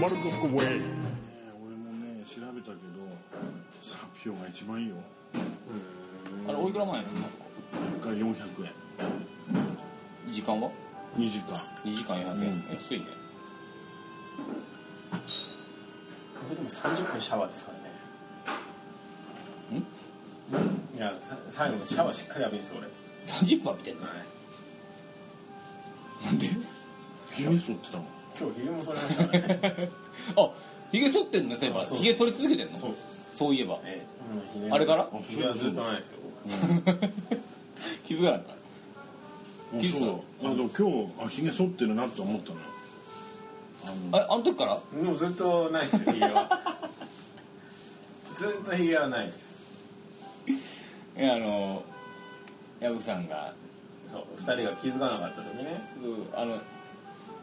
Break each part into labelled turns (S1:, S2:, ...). S1: マルドックウェイ
S2: 俺もね調べたけどサーピオが一番いいよ
S3: あれおいくら前ですか
S2: 1回400円
S3: 時間は
S2: 2時間
S3: 2時間400円、安いね
S4: これでも30分シャワーですからねんいやさ最後のシャワーしっかり浴びるんですよ
S3: 30分浴び てんの
S4: 俺、はい、
S3: なんで
S2: ひげ剃ってたもん
S4: 今日昼もそれましたからね
S3: あひげ剃ってんのねそういえば
S4: あそう
S3: ひげ剃り続けてんの
S4: そう
S3: そういえば
S4: ええうん
S3: あれから
S4: ひげはずっとないですよ
S3: 気づかなかっ
S2: あそうだあでも今日あひげ剃ってるなって思ったのよ
S3: たああの時から
S4: もうずっとないですよひげはずっとひげはないです
S3: いやあの矢吹さんが
S4: そう二人が気づかなかった時ね
S3: うあの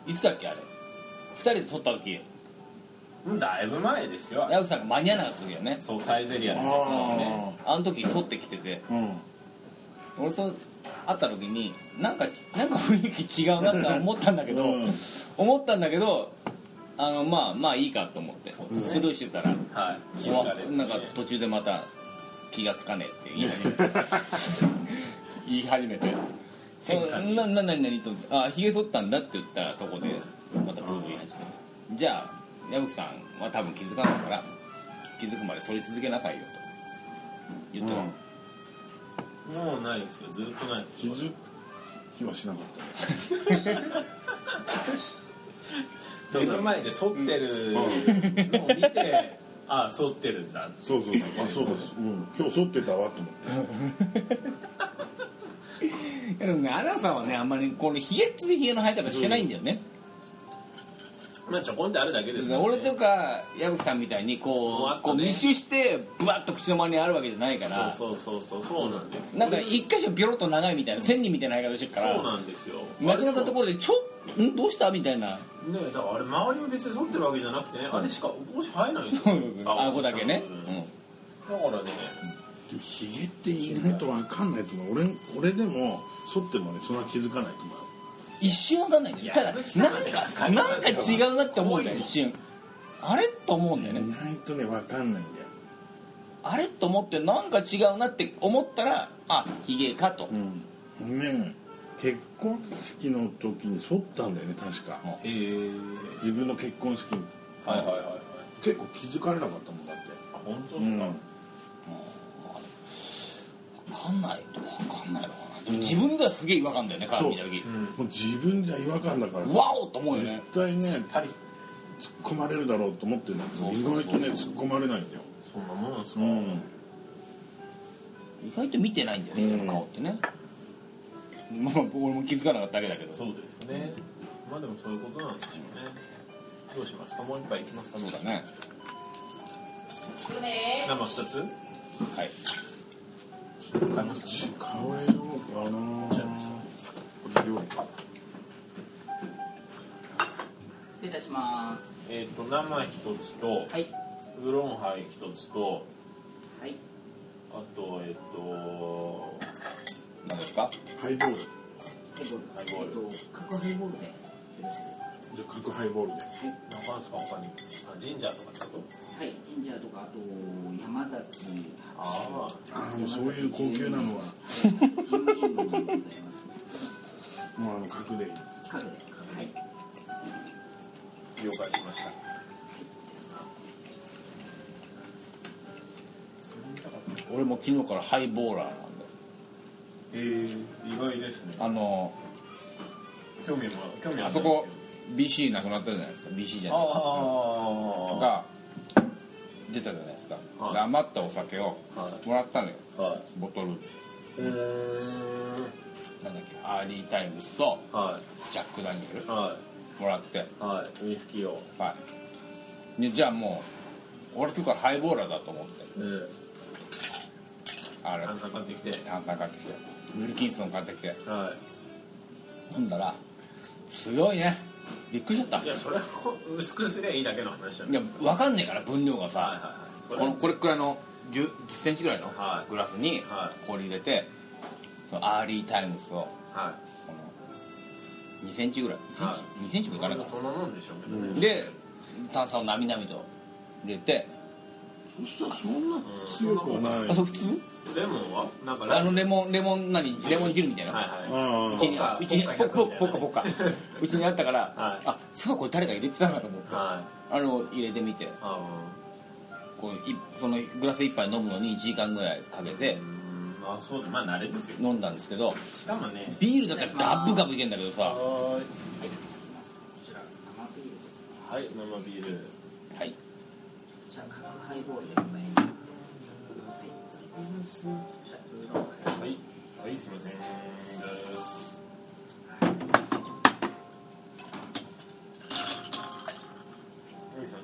S3: いつだっけあれ2人で撮った時
S4: うんだいぶ前ですよ
S3: 矢吹さんが間に合わなかった時だよね
S4: そうサイゼリアでね
S2: あ
S3: あの時剃ってきてて
S2: あうん
S3: 俺そう会った時になんかなんか雰囲気違うなって思ったんだけど、
S2: うん
S3: 思ったんだけどあのまあまあいいかと思って、
S4: そうですね
S3: スルーしてたら
S4: はい気づかれずに
S3: なんか途中でまた気がつかねえって言い始め て言い始めて
S4: 変化
S3: なななにと思ってあひげ剃ったんだって言ったらそこでまたブーブー言い始めてじゃあ矢吹さんは多分気づかないから気づくまで剃り続けなさいよと言ったの、
S2: うん
S4: もうないですよずっとないです
S2: 気
S4: よ
S2: づきはしなかった
S4: 目の前で剃ってるのを見てああ剃ってるんだ
S2: そうそうそうあそうです、うん、今日剃ってたわと思って
S3: いやでもねアナさんはねあんまりこのひげっついひげの生え方してないんだよね、
S4: まあちょこんってあるだけです
S3: 俺とか矢吹さんみたいに
S4: もう
S3: こ
S4: あ
S3: う
S4: と
S3: こう
S4: ね
S3: 密集してブワッと口の周りにあるわけじゃないから
S4: そうそうそうそうそうなんですよ
S3: なんか一箇所ビョロッと長いみたいな千人みたいな生え方してるか
S4: そう
S3: ら
S4: なんですよ
S3: なくなったところでちょんどうしたみたい な
S4: ねだからあれ周りを別に剃ってるわけじゃなくてね、あれしか帽子生えないんですよ
S3: あこだけね、
S4: うん
S3: うん
S4: だからね
S2: でもひげって意外とわかんないと思う俺俺でも剃ってもねそんな気づかないと思う
S3: 一瞬わかんないんだ
S4: い
S3: よた
S4: や
S3: だ
S4: 矢吹さん
S3: なん
S4: だって
S3: かなんか違うなって思うんだよ一瞬あれと思うんだよ
S2: 意
S3: ね
S2: 外とねわかんないんだよ
S3: あれと思ってなんか違うなって思ったらあひげかと、
S2: うんね結婚式の時に剃ったんだよね確か
S4: えー、
S2: 自分の結婚式に
S4: はいはいはいはい
S2: 結構気づかれなかったもんだって
S4: あ本当ですか、
S2: うん
S3: わかんないわかんないのかなでも自分ではすげえ違和感だよね鏡見た時
S2: もう自分じゃ違和感だからさ
S3: ワオと思うよね
S2: 絶対ね
S4: パリ
S2: 突っ込まれるだろうと思ってるんだけど
S3: そう
S2: 意
S3: そう
S2: 外
S3: そ
S2: と
S3: う
S2: ね突っ込まれないんだよ
S4: そんなもんです
S2: う
S4: か、
S2: ん
S3: 意外と見てないんだよね人の顔ってね、まあ俺も気づかなかっただけだけど
S4: そうですねまあでもそういうことなんでしょうねどうしますかもう一杯いきますか
S3: そうだね
S4: 生二つ
S3: はい
S4: 買いますか
S2: 顔色あのー、これ料理
S5: 失礼いたします
S4: えっ、と生一つと
S5: はい
S4: ウーロンハイ一つと
S5: はい
S4: あとえっ、と
S3: 何ですか
S2: ハイボール
S5: ハイボール
S4: ハイボール
S5: えっと角ハイボールでよろしいですか
S2: じゃあ角ハイボールで
S4: なんかあるんですか他にあジンジャーとかってこと
S5: はいジンジャーとかあと山崎
S4: ああ
S2: ああもうそういう高級なのは
S5: 白ジンギンございます
S2: もうあの角でいい
S5: 角ではい
S4: 了解しました
S3: 俺も昨日からハイボーラーなんだよ
S4: えー、意外ですね
S3: あの
S4: 興味も興味
S3: あそこ BC なくなったじゃないですか BC じゃない
S4: あ
S3: が出たじゃないですか、
S4: はい
S3: で余ったお酒を
S4: あは
S3: もらったのよ
S4: いは
S3: ボトル
S4: いう
S3: な
S4: ーん
S3: んだっけアーリータイムズと
S4: は
S3: ジャック・ダニエル
S4: いは
S3: もらって
S4: いはいウイスキーを
S3: はい、でじゃあもう俺今日からハイボーラーだと思って
S4: うん
S3: あれ
S4: 炭酸買ってきて
S3: 炭酸買ってきてウィルキンソン買ってきて
S4: は
S3: 飲んだら強いねびっくりしちゃった
S4: いいやそれはこう薄くすりゃいいだけの話だ
S3: いや
S4: ね
S3: 分かんねえから分量が
S4: はいはい
S3: さ
S4: はいそ
S3: こ
S4: れ
S3: のこれくらいの1 0センチぐらいの
S4: はい
S3: グラスに
S4: はい
S3: 氷入れてそのアーリータイムズを
S4: は
S3: この2センチぐらい
S4: は
S3: 2センチもいかない
S4: い
S3: か
S4: そんなもんでしょうけどね
S3: で炭酸をなみなみと入れて
S2: そしたらそんな強くはない
S3: あそう普通
S4: レモンはなんか
S3: あのレ
S4: モ
S3: モンレモン何レモン汁みたいな、
S4: はいは
S2: あ
S3: う
S2: あ
S3: ちにあうちにポッポッポッカポッ カうちにあったから、
S4: はい
S3: あそういえばこれ誰か入れてたなと思っ
S4: い
S3: て
S4: はい
S3: あの入れてみて
S4: あ
S3: こういそのグラス一杯飲むのに1時間ぐらいかけ
S4: ー
S3: て
S4: うーんあそうだまあ慣れですよ
S3: 飲んだんですけど
S4: しかもね
S3: ビールだったらガブガブいけんだけどさは
S4: は
S5: はい、すみません。こちら生ビールですね。
S4: ーい生ビール
S3: い
S5: こちらカラーハイボールでございます。はい、すみません。こちらウーロンハイボール
S4: はいはいすいませんですはいすいま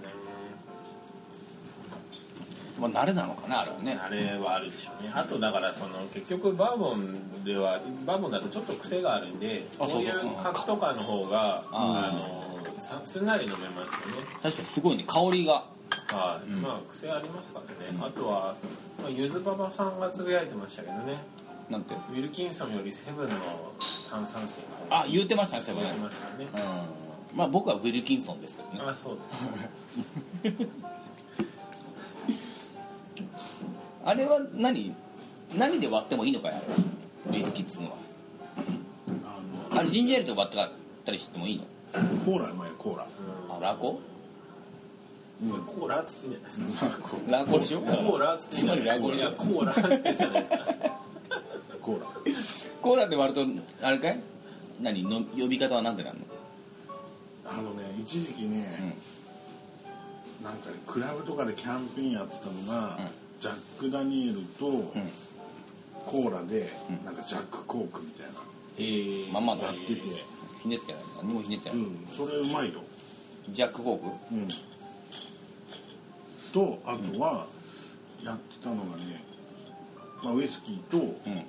S3: まあ慣れなのかなあれは
S4: せ
S3: ね
S4: んあれはあるでしょうねあとだからその結局バーボンではバーボンだとちょっと癖があるんで
S3: あ
S4: こ
S3: そうう
S4: い
S3: そうう
S4: 角とかの方が
S3: あ
S4: あのさすんなり飲めますよね
S3: 確かにすごいね香りが
S4: はい、まあ癖ありますからね、あとは、まあ、ゆずばばさんがつぶやいてましたけどね
S3: なんて
S4: ウィルキンソンよりセブンの炭酸水の方が
S3: あ言うてましたねそれ
S4: 言
S3: は
S4: って
S3: ね
S4: ましたね
S3: うんまあ僕はウィルキンソンですけどね
S4: あそうです
S3: あれは何何で割ってもいいのかよウイスキーっつうのはあれジンジャーエールと割ったりしてもいいの
S2: コーラうまいよコーラ
S3: あラコ
S2: うん
S4: コーラっつってんじゃないですか
S2: コ
S3: ラ コでしょ
S4: コーラっつってんじゃない
S3: つまり
S4: い
S3: ラ
S4: や
S3: ゴ
S4: コーラっつってんじゃないで すか
S2: コーラ
S3: コーラで割るとあれかい何の呼び方は何でなんの
S2: あのね一時期ね、なんかクラブとかでキャンペーンやってたのが、ジャック・ダニエルと
S3: ん
S2: コーラで、なんかジャック・コークみたいな
S4: えー
S3: まんまだ
S2: やってて、
S3: ひねってない何もひねってない、
S2: うん、それうまいよ、
S3: ジャックコーク
S2: うん、とあとは、やってたのがね、まあ、ウイスキーと
S3: うん
S2: あ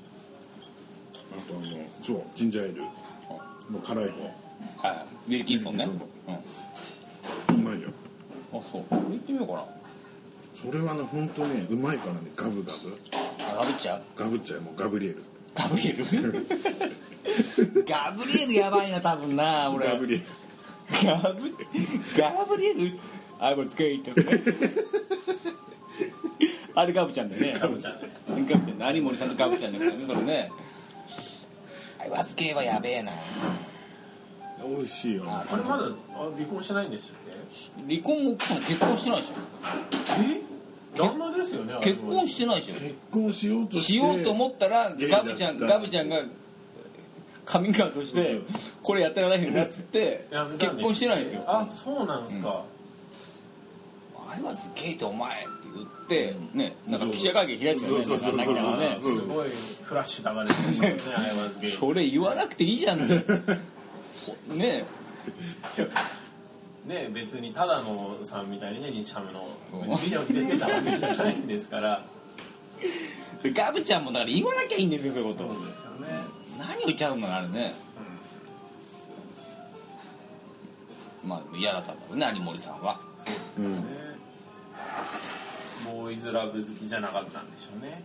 S2: とあのそうジンジャーエールの辛い方
S3: はいウィルキンソンね
S2: ウィルキン
S3: うんあ
S2: うまいよ
S3: そうこれ行ってみようか
S2: それはねほんとねうまいからねガブガブ
S3: なガブっちゃう
S2: ガブっちゃうもうガブリエル
S3: ガブリエルガブリエルやばいな多分な俺
S2: ガブリエル
S3: ガブガブリエルあこれ作りってあれガブちゃんだよねガブちゃんですガブちゃん有森さんのガブちゃんですよねそれねあれ和漬けはやべえな
S2: 美味しいよね
S4: あれまだあ離婚してないんでしたっ
S3: 離婚も奥さんも結婚してないでし
S4: けえ旦那ですよねあ
S3: ょ
S4: れ
S3: 結婚してないでし
S2: 結婚しようと
S3: ょ
S2: して
S3: しようと思ったらガブちゃんガブちゃんがカミングアウトしてこれやってられないよなっつって
S4: やめた
S3: 結
S4: んで
S3: 婚してないんですよ
S4: あそうなんですか、
S3: あれはすげえとお前って言って、ね、なんか記者会見開いてたよね
S2: そうそうそうそう
S3: なんかね
S2: うん
S4: すごいフラッシュ流れてました よねあれはすげえ
S3: それ言わなくていい じゃんねえ
S4: ね別にただのさんみたいにねリチャムのビデオに出てたわけじゃないんです から
S3: ガブちゃんもだから言わなきゃいいんですよそういうこと、
S4: そうですよね
S3: 何を言っちゃうんだろうあれねまあ嫌だったんだろうね有森さんは
S2: うん
S4: ボーイズラブ好きじゃなかったんでしょうね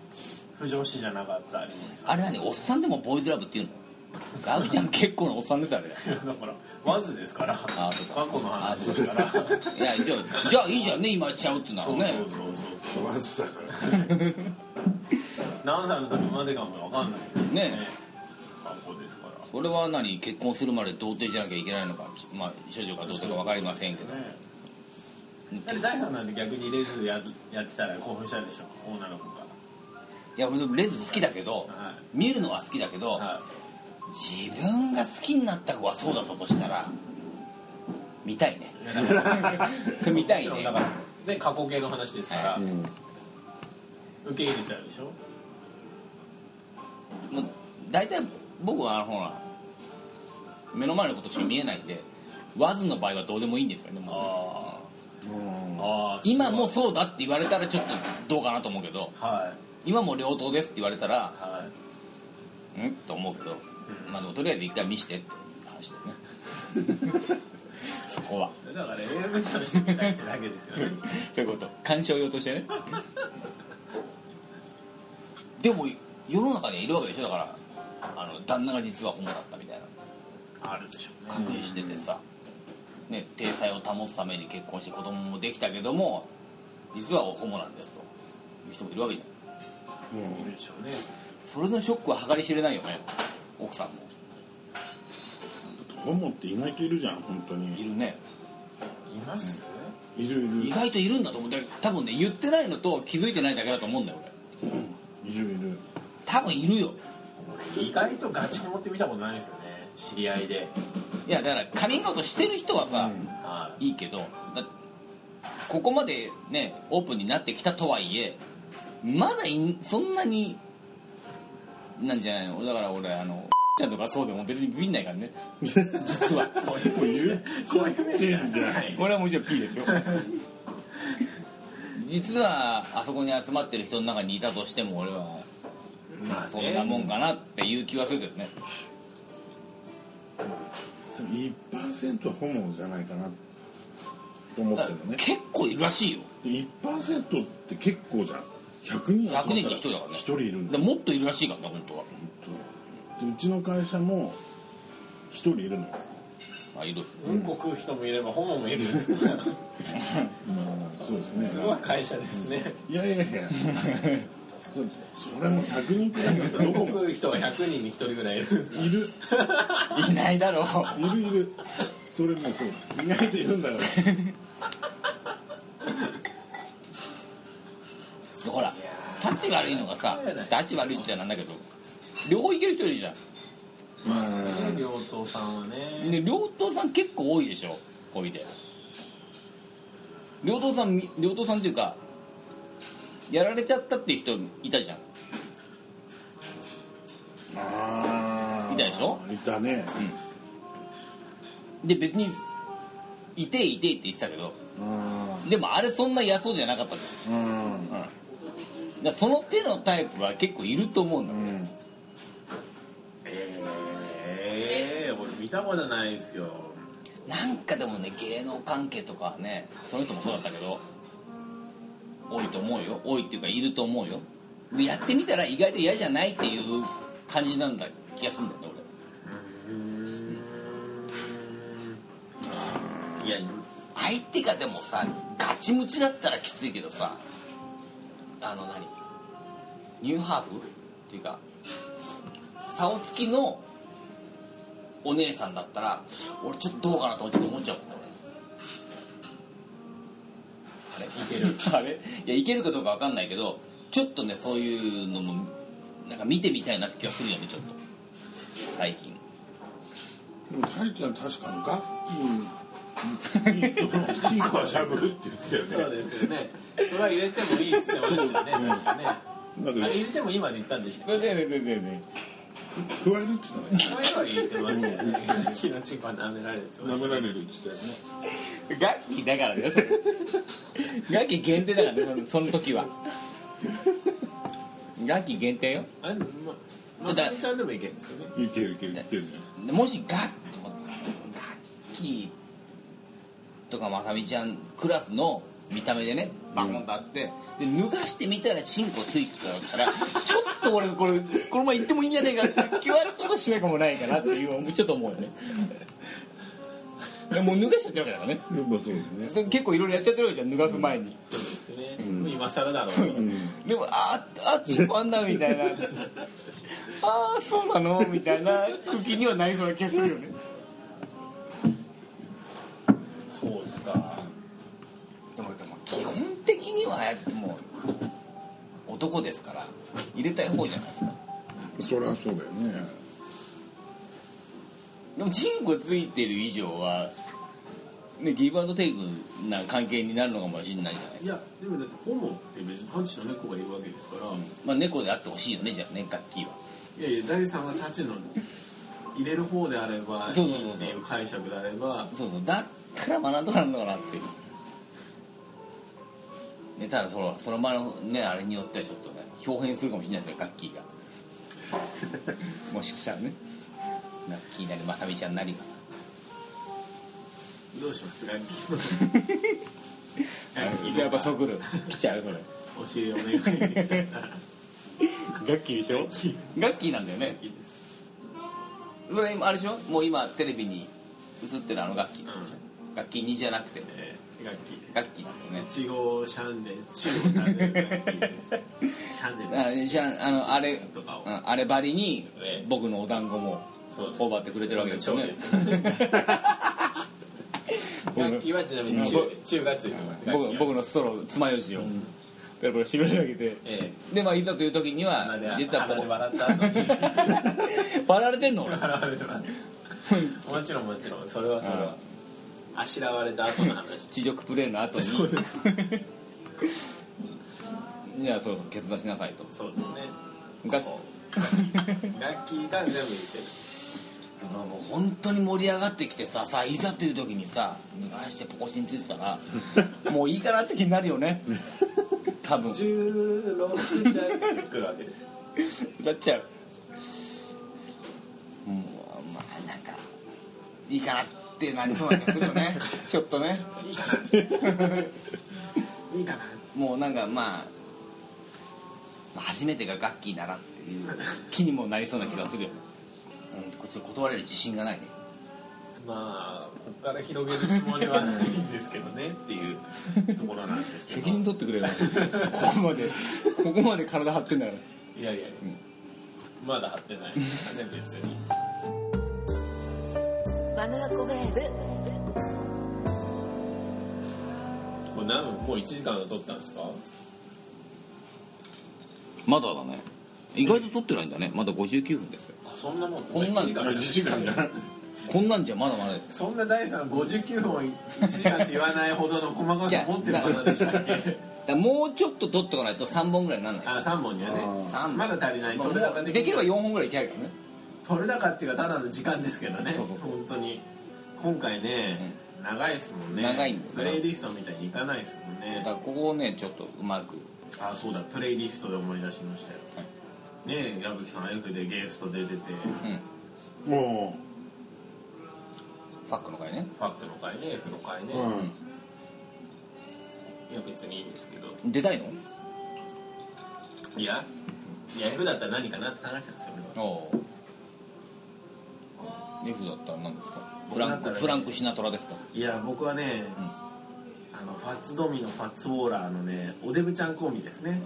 S4: 不女子じゃなかった有森さん
S3: あれはねおっさんでもボーイズラブっていうのガブちゃん結構なおっさんですあ れ
S4: だからわずですから
S3: あそうか
S4: 過去の話ですからそうそう
S3: いやじゃあじゃあいいじゃんね今やっちゃうっていうのは
S4: そう
S3: ね
S4: そう
S2: ワンスだから
S4: 何歳の時までかもわかんないですよね
S3: ね
S4: 過去ですから
S3: それは何結婚するまで童貞じゃなきゃいけないのかまあ処女か童貞か分かりませんけど
S4: ねだって第三なんて逆にレズややってたら興奮したでしょ女の子が
S3: いや俺でもレズ好きだけど
S4: は
S3: 見るのは好きだけ
S4: い
S3: ど
S4: は
S3: 自分が好きになった子はそうだったとしたら見たい ね
S4: いいやだから
S3: それ見たい
S4: もちろ
S3: ね
S4: んだからね過去形の話ですから、
S3: は
S4: 受け入れちゃうでしょ
S3: もう大体僕はあのほら目の前のことしか見えないんでワズの場合はどうでもいいんですよねも
S4: あ
S2: うん
S4: あ
S3: う今もう
S4: う
S3: そうだって言われたらちょっとどうかなと思うけど
S4: は
S3: 今も両党ですって言われたら
S4: いはい
S3: んと思うけど、まあ、でもとりあえず一回見してって話だよね そこは
S4: だから AV として見たいってだ けですよね
S3: ということ鑑賞用としてねでも世の中にはいるわけでしょだからあの旦那が実はホモだったみたいな
S4: あるでしょうね
S3: 隠しててさ、ね、体裁を保つために結婚して子供もできたけども実はホモなんですという人もいるわけじゃん
S2: うん
S4: いるでしょうね
S3: それのショックは計り知れないよね奥さんも
S2: ホモって意外といるじゃん本当
S3: い
S2: に
S3: るね
S4: います
S2: いるいる
S3: 意外といるんだと思うだ多分ね言ってないのと気づいてないだけだと思うんだよ俺
S2: いるいる
S3: 多分いるよ
S4: 意外とガチホモって見たことないですよね知り合いで
S3: いやだからカミングアウトしてる人はさ、
S4: はい
S3: いけどだここまでねオープンになってきたとはいえまだいそんなになんじゃないのだから俺あの ちゃんとかそうでも別にビビんないからね 実は
S2: こういう
S4: いこういう名詞なんですよね
S3: 俺はもちろん P ですよ 実はあそこに集まってる人の中にいたとしても俺は
S4: まあ
S3: そんなもん
S4: ね
S3: かなっていう気はするけどね
S2: 1%はホモじゃないかなと思ってるのね
S3: 結構いるらしいよ
S2: で1%って結構じゃん100人集まったら
S3: 100人に1人だからね
S2: 1人いるんだ
S3: でもっといるらしいからね本当は
S2: でうちの会社も1人いるの
S3: あいる
S4: うんこ食う人もいればホモもいるんですから
S2: そうですね
S4: すごい会社ですね
S2: いやいやいやそそれも100人くらいだったらどこ
S4: 僕
S2: も
S4: 食う人は100人に1人ぐらいいるんです
S2: いる
S3: いないだろう
S2: いるいるそれもそう意外といるんだから
S3: ほら立ち悪いのがさ立ち悪いっちゃなんだけど両方いける人いるじゃ
S2: まあ
S4: 両党さんは
S3: ん、
S4: ね
S3: で両党さん結構多いでしょこびで両党さんみ両党さんっていうかやられちゃったっていう人いたじゃん
S2: あー
S3: いたでしょ
S2: いたね
S3: で別にいてえいてえって言ってたけど
S2: うん
S3: でもあれそんな嫌そうじゃなかったじ
S2: うん
S3: ゃん、だからその手のタイプは結構いると思うんだ、
S2: うん
S4: ええ俺見たことないですよ
S3: なんかでもね芸能関係とかはねその人もそうだったけど多いと思うよ多いっていうかいると思うよでやってみたら意外と嫌じゃないっていう感じなんだ気がするんだよね
S4: いや
S3: 俺相手がでもさガチムチだったらきついけどさあの何ニューハーフっていうか竿付きのお姉さんだったら俺ちょっとどうかなとちょっと思っちゃうんだよね
S4: いけ る
S3: あれいやいけるかどうかわかんないけどちょっとねそういうのもなんか見てみたいなって気がするよねちょっと最近
S2: でもタイちゃん確かにガッキーチンコはしゃぶるって言ってた
S4: そ
S2: よ
S4: う
S2: ね
S4: ですよねそれは入れてもいいっつってましたよね確かね
S2: なん
S4: あ
S2: か
S4: 入れても今で言ったんでしたっ
S3: ねねねねね
S2: 加えるって言って
S4: け前は入れてましたよね昨日チンコは舐められるつ
S2: たね舐められるって言ってたよね
S3: ガッキーだからねそれ ガッキー限定だからねそのその時 はガッキー限定よ
S4: あれままさみちゃんでもいけるんですよね
S2: いけるいけるいけるね
S3: もしガッガッキーとかまさみちゃんクラスの見た目でねバコンとあって、で脱がしてみたらチンコついてたらちょっと俺これ この前言ってもいいんじゃねえかなって気はちょっとしないかもないかなっていうちょっと思うよねで もう脱がしちゃってるわけだからね
S2: やっぱそうですね
S3: それ結構いろいろやっちゃってるわけじゃん脱がす前に、
S4: そうですね今更だろうな
S3: でもあーあっちこあんなみた いなああそうなのみたいな空気にはなりそうな気がするよね
S4: そうですか
S3: でもでも基本的にはやってもう男ですから入れたい方じゃないですか
S2: そりゃそうだよね
S3: でもチンコついてる以上は、ね、ギブアンドテイクな関係になるのかもしれないじゃないです
S4: い
S3: か、
S4: やでもだってホモって別にパンチの猫がいるわけですから、
S3: まあ、猫であってほしいよねじゃあね楽器はい
S4: やいや第三はタチの入れる方であればい
S3: そうそうそうそう
S4: いっていう解釈であれば
S3: そうそうだったら学んとかなんのかなっていう、ね、ただそのその前のねあれによってはちょっとね表変するかもしれないですよ楽器 がもしかしたらね楽器なりまさみちゃんなりがさ
S4: どうします楽器
S3: やっぱそこで来ちゃうそれ
S4: お尻お願いできちゃったら
S3: ガッキーでしょガッキーなんだよね
S4: いいです
S3: それ今あれでしょもう今テレビに映ってるあのガッキー
S4: う
S3: 楽器にじゃなくて
S4: えー楽器
S3: 楽器なんだよね
S4: チゴシャンネルチゴシャンネル楽器ですシャンネル
S3: あじゃああのあれ
S4: とかを
S3: うんあればりに
S4: ええ
S3: 僕のお団子も
S4: そうです
S3: 頬張ってくれてるわけですよね
S4: そうです
S3: 僕
S4: 楽器はちなみに中中がついてます楽器
S3: 僕
S4: は
S3: 僕のストロー爪楊枝をペロペロしてくれてるわけで
S4: え
S3: でまあいざという時に
S4: え
S3: は
S4: 鼻で
S3: 実は
S4: 鼻
S3: こ
S4: で
S3: こ
S4: 笑った後に
S3: 笑われてんの俺
S4: 笑われてますもちろんもちろんそれはそれはあしらわれた後の話
S3: 地獄プレーの後に
S4: そうです
S3: じゃあそろそろ決断しなさいと
S4: そうですね
S3: が
S4: こう楽器が全部いてる
S3: もう本当に盛り上がってきてささいざという時にさ脱がしてポコチンついてた らもういいかなって気になるよね多分
S4: 16ジャズ来るわけですよ
S3: なっちゃううんまあなんかいいかなってなりそうな気がするよ ねちょっとね
S4: いいかないいかな
S3: もうなんかまあまあ初めてがガッキーならっていう気にもなりそうな気がするよね、うん、こっち断れる自信がないね
S4: まあここから広げるつもりはないんですけどねっていうところなんですけど
S3: 責任取ってくれよここまでここまで体張ってんだから
S4: いやいや、まだ貼ってないですからね別に
S1: マヌアコメール
S4: これ何分もう1時間は撮ったんですか
S3: まだだね意外と取ってないんだねまだ59分ですよ
S4: あそんなもん
S3: こんなん
S4: 1時間
S2: 1時間だ
S3: こんなんじゃまだまだです
S4: そんな第3 59分を1時間って言わないほどの細か
S3: じ
S4: さ
S3: ゃあ
S4: 持ってる方でしたっけ
S3: だからもうちょっと取っとかないと3本ぐらいにならない
S4: あ3本にはね
S3: 三本
S4: まだ足りない
S3: まあ
S4: 取れ
S3: も
S4: 高
S3: うできれば4本ぐらいいけないからね
S4: 取れ高っていうかただの時間ですけどね
S3: そうそうそう
S4: 本当に今回ね、長いですもんね
S3: 長いんだよ
S4: プレイリストみたいにいかないですもん
S3: だ
S4: ね
S3: からここをねちょっとうまく
S4: あそうだプレイリストで思い出しましたよ、ねえ矢吹さん F でゲストで出てて、フ
S2: も
S3: ファックの回ね
S4: ァックの回ね F の回ね、
S2: う、う
S4: い
S2: ん、
S4: や別にいいんですけど
S3: 出たいの
S4: いやいや F だったら何かなって考えてたんですよ俺は
S3: おお F だったら何ですかフ
S4: 僕
S3: ラ
S4: だ
S3: ン
S4: った
S3: ク
S4: らね
S3: フランクシナトラですか
S4: いや僕はね、あのファッツドミのファッツウォーラーのねおデブちゃんコンビですね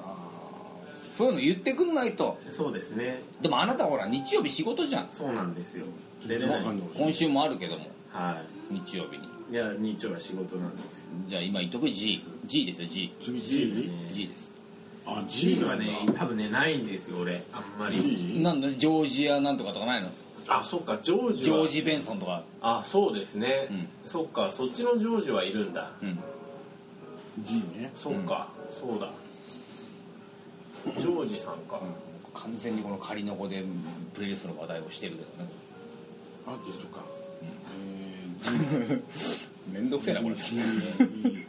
S3: そういうの言ってくんないと
S4: そうですね
S3: でもあなたほら日曜日仕事じゃん
S4: そうなんですよ出れない
S2: わかんない
S3: 今週もあるけども
S4: は
S3: 日曜日に
S4: いいや日曜は仕事なんですよ
S3: じゃあ今言っとく GG ですよ G
S2: 次 G?
S4: ね
S3: G です
S2: あ
S4: G
S2: G
S4: は
S2: なんだ
S4: ね多分ねないんですよ俺あんまり
S2: G?
S3: なんだジョージアなんとかとかないの
S4: あそっかジョージ
S3: ジョ
S4: は
S3: ージ・ベンソンとか
S4: あそうですね、そっかそっちのジョージはいるんだ、
S3: うん
S2: G ね
S4: そっか、そうだジョージさんか、
S3: 完全にこの仮の子でプレイリストの話題をしてるけどね
S2: アーティストか、
S3: めんどくせえなこれ
S2: えー G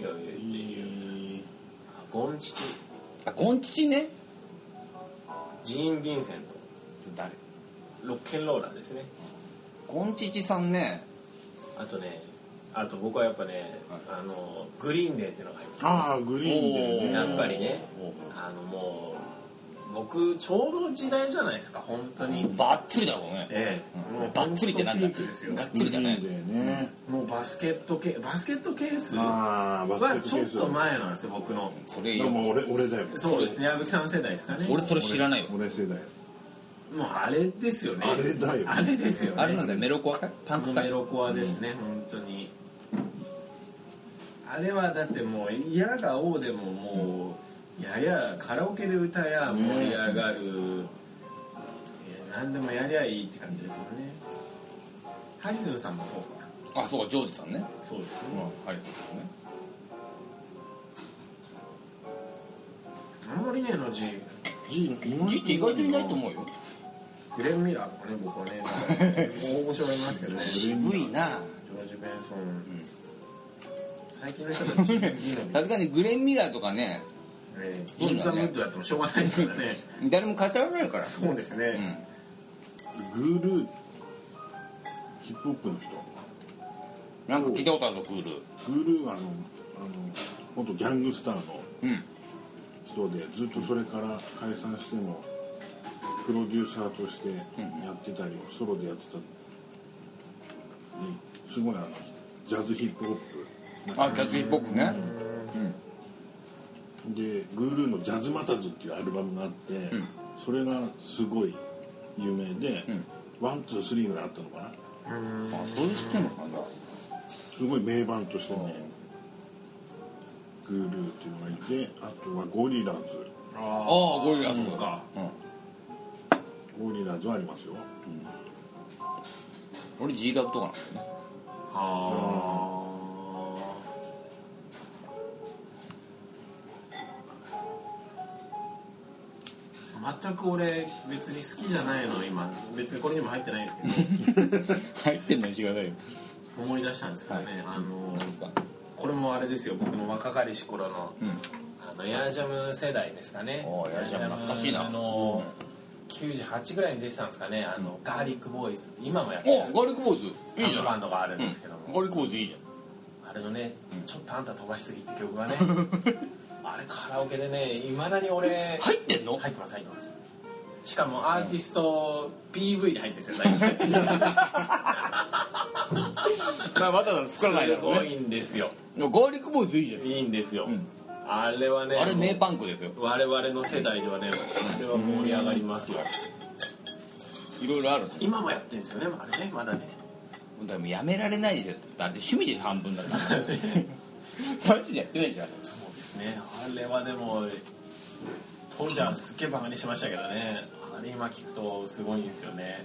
S4: いやいや
S2: E E
S4: ゴンチチ
S3: あゴンチチね
S4: ジーン・ヴィンセン
S3: 誰
S4: トロッケンローラーですね
S3: ゴンチチさんね
S4: あとねあと僕はやっぱね、あのグリーンデーってのが入って
S2: ああグリーンでね
S4: るやっぱりねあのもう僕ちょうど時代じゃないですか本当に、
S3: バッツリだろうね
S4: ええもう
S3: バッツリってなんだ
S4: 本当ピークですよ
S3: がっ
S2: グ
S3: つ
S2: リ
S3: りだ
S2: ー
S3: ね
S2: ンでね、
S4: もうバスケットケバスケットケースは
S2: ああバスケット
S4: ち
S2: ケ
S4: ょっ
S2: ース
S4: と前なんですよ僕の
S3: それ
S2: で
S3: よ
S2: も俺俺だよ
S4: そうですね矢吹さん世代ですかね
S3: 俺それ知らないわ
S2: 俺世代
S4: もうあれですよね
S2: あれだよ
S4: あれですよね
S3: あれなんだよメロコアかパン
S4: も
S3: ク
S4: う
S3: か
S4: メロコアですね、本当にあれはだってもう「や」が「お」でももう「やや」カラオケで歌や
S2: ね
S4: 盛り上がる、いや何でもやりゃいいって感じですもんねハリスンさんもそうか
S3: あそうかジョージさんね
S4: そうですね
S3: ありですね
S4: あんまりねえの G
S2: G
S3: 意外といないと思うよ
S4: グレン・ミラーとかね僕はね大御所はいますけどねジョ
S3: 渋いな
S4: ージ・ベンソン、最近の人たちいいのに
S3: さすがにグレン・ミラーとかね
S4: ねインザムッドやってもしょうがないですからね
S3: 誰も語らないから
S4: そうですね、
S3: うん
S2: グルーヒップホップの人
S3: なんか聞いたことあるぞクール
S2: グルーはあのあの元ギャングスターの
S3: うん
S2: 人でずっとそれから解散してもプロデューサーとしてやってたりソロでやってたりすごいあのジャズヒップホッ
S3: あキャッチヒップホップね
S2: プでグルーの「ジャズマタズ」っていうアルバムがあって、それがすごい有名で、ワンツースリーぐらいあったのかな
S3: あそれ知ってんのかな
S2: すごい名盤としてねグルーっていうのがいてあとはゴリラズ
S3: ああゴリラス
S6: そうか
S3: うん
S2: ゴリラズはありますよ
S3: 俺 G ラブ とかなんだよね
S6: はあ全く俺別に好きじゃないの今別にこれにも入ってないんですけ
S3: 入ってんのに違うだよ
S6: ど思い出したんですけどね、あの
S3: なんですか
S6: これもあれですよ僕の若かりし頃の
S3: うん
S4: あのヤージャム世代ですかね
S3: おーヤージャム懐かしいな
S4: ヤージャムあの98ぐらいに出てたんですかねあのガーリックボーイズって今もやってる
S3: おガーリックボーイズいいじゃん
S4: バンドがあるんですけども、
S3: ガーリックボーイズいいじゃん
S4: あれのね「ちょっとあんた飛ばしすぎ」って 曲がねあれカラオケでねいまだに俺入
S3: 入ってんの
S4: ってます入ってますしかもアーティスト PV で入ってるんですよ大体
S3: まあまだ作らないだ
S4: す
S3: ろう
S4: ご
S3: ね
S4: いんですよ
S3: ガーリックボーイズいいじゃん
S4: いいんですよ、
S3: ん
S4: あれはね
S3: あれ
S4: もう
S3: 名パンクですよ
S4: 我々の世代ではねあれは盛り上がりますよ
S3: いろいろある
S4: 今もやってるんですよねあれねまだね
S3: でもやめられないでしょだって趣味で半分だからマジでやってないじゃん
S4: そうですねあれはでも当時はすっげえバカにしましたけどねあれ今聞くとすごいんですよね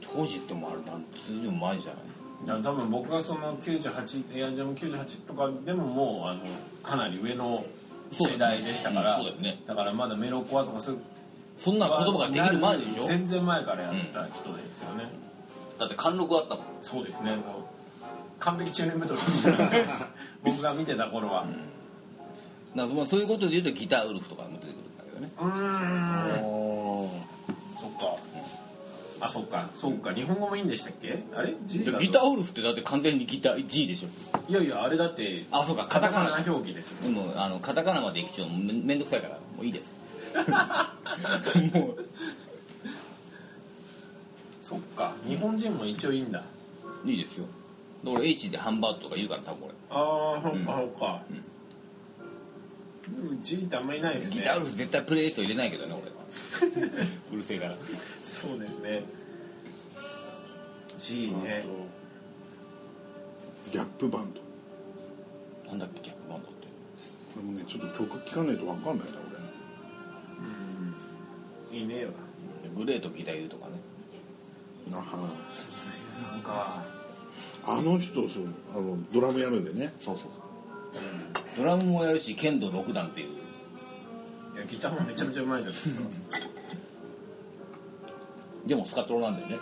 S3: 当時ってもうあれなんつうでも前じゃない
S4: だから多分僕がその98エアジャム98とかでももうあのかなり上の世代でしたから
S3: そうだよね
S4: だからまだメロコアとかそういう
S3: そんな言葉ができる前でしょ
S4: 全然前からやった人ですよね、
S3: だって貫禄あったもん
S4: そうですねもう完璧中年太りでした ね僕が見てた頃は
S3: だからまあそういうことで言うとギターウルフとかも出てくるんだけどね
S4: うーん
S2: お
S4: そっか。あ、そっか。そっか。日本語もいいんでしたっけあれ ?G だと
S3: ギターウルフってだって完全にギター G でしょ
S4: いやいや、あれだって、
S3: あそうかカ
S4: カ
S3: タ
S4: タ
S3: カ
S4: カ
S3: ナ
S4: ナ表記ですよ。
S3: でもあのカタカナまで行くちょっとめめんどくさいからもういいです も
S4: そっか。日本人も一応いいんだ。
S3: ういいですよだから H でハンバーグとか言うから多分これ
S4: あー、そっか、そっか。でも G ってあんまりないです
S3: ギ
S4: ね
S3: タ。ーウルフ絶対プレイリスト入れないけどね俺うるせえから
S4: そうですね。G
S2: ーあ
S4: ね。
S2: とギャップバンドこ
S3: なんだっけキャップバンドって
S2: れもねちょっと曲聴かないと分かんないな俺
S4: いいねえわ。
S3: グレートギター言うとかね
S2: あは
S4: なんか、
S2: あの人そうあのドラムやるんでね
S3: そうそうそうドラムもやるし剣道六段っていう
S4: いや、ギターもめちゃめちゃうまいじゃないですか。
S3: でもスカトロなんだよね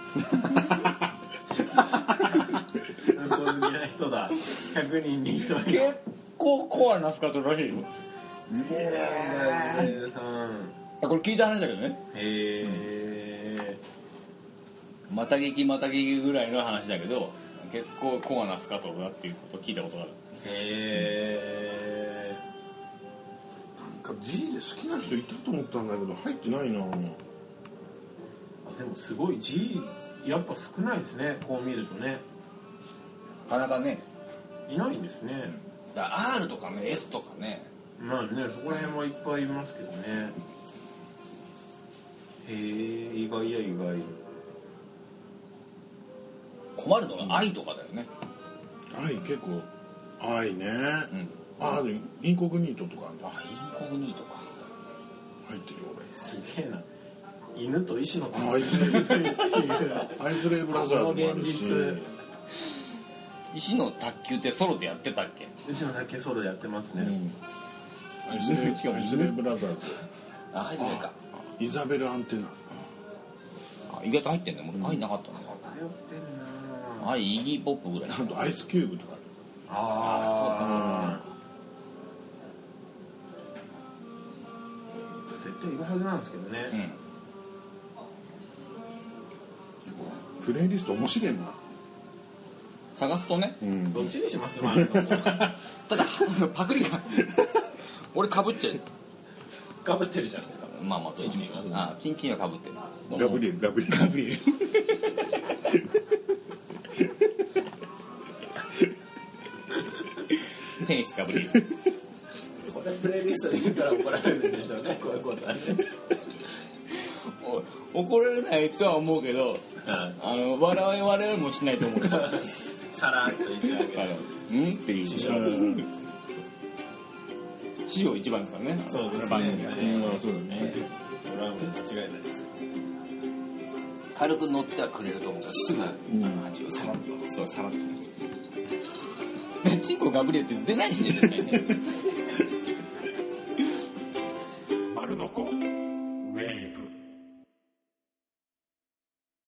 S4: 運動好きな人だ。100人に1人が。
S3: 結構コアなスカトロらしいよ
S4: うん
S3: あこれ聞いた話だけどね
S4: へえ。
S3: またげきまたげきぐらいの話だけど結構コアなスカトロだっていうことを聞いたことがある
S4: へえ。
S2: なんか G で好きな人いたと思ったんだけど入ってないな
S4: でもすごい G やっぱ少ないですねこう見るとね
S3: なかなかね
S4: いないんですね
S3: だから R とかね S とかね
S4: まあねそこら辺はいっぱいいますけどねへえ意外や意外
S3: 困るのが I とかだよね
S2: 愛結構愛ね、
S3: ん
S2: ああでもインコグニートとかあんだ
S3: あインコグニーとか
S2: 入ってるよ
S4: すげえな犬と石の
S2: 俺
S4: 友
S2: アイ
S4: 達
S2: ズレイブ
S4: っていう
S2: アイズレイブラザーズもあるし
S4: この現
S3: 石の卓球ってソロでやってたっけ
S4: 石のだけソロやってますね、
S2: アイズレイ
S3: しかも
S2: アイズレイブラザーズ
S3: あ入ってないか
S2: イザベルアンテナ
S3: あ意外と入ってんね俺 I なかったの
S6: 通ってるな
S3: か I イギーポップぐらい
S2: なんとアイスキューブとかある
S4: ああ絶対いるはずなんですけど
S3: う
S4: ね、
S3: ん
S2: プレイリスト面白いな
S3: 探すとね
S2: うん
S4: どっちにしますまあ
S3: ただ パクリか俺かぶっちゃう
S4: かぶってるじゃないですか
S3: まあまあチンチンあチンチンはかぶってる
S2: ガブリエルガブリエル
S3: ブリエルガブリエル
S4: これプレイリストで言ったら怒られるんでしょうねこういうことはね
S3: お怒られないとは思うけどあの笑い笑いもしないと思う あ
S4: さらっと言ってあげる
S3: のうんっていう師匠師匠一番ですからね
S4: そうですね
S3: 番組は
S2: うんそうだね
S4: これはもう間違いないです
S3: 軽く乗ってはくれると思うからすぐ味をさらっとそうさらっとチンコガブリエルって出ないしね絶対ね
S7: 丸の子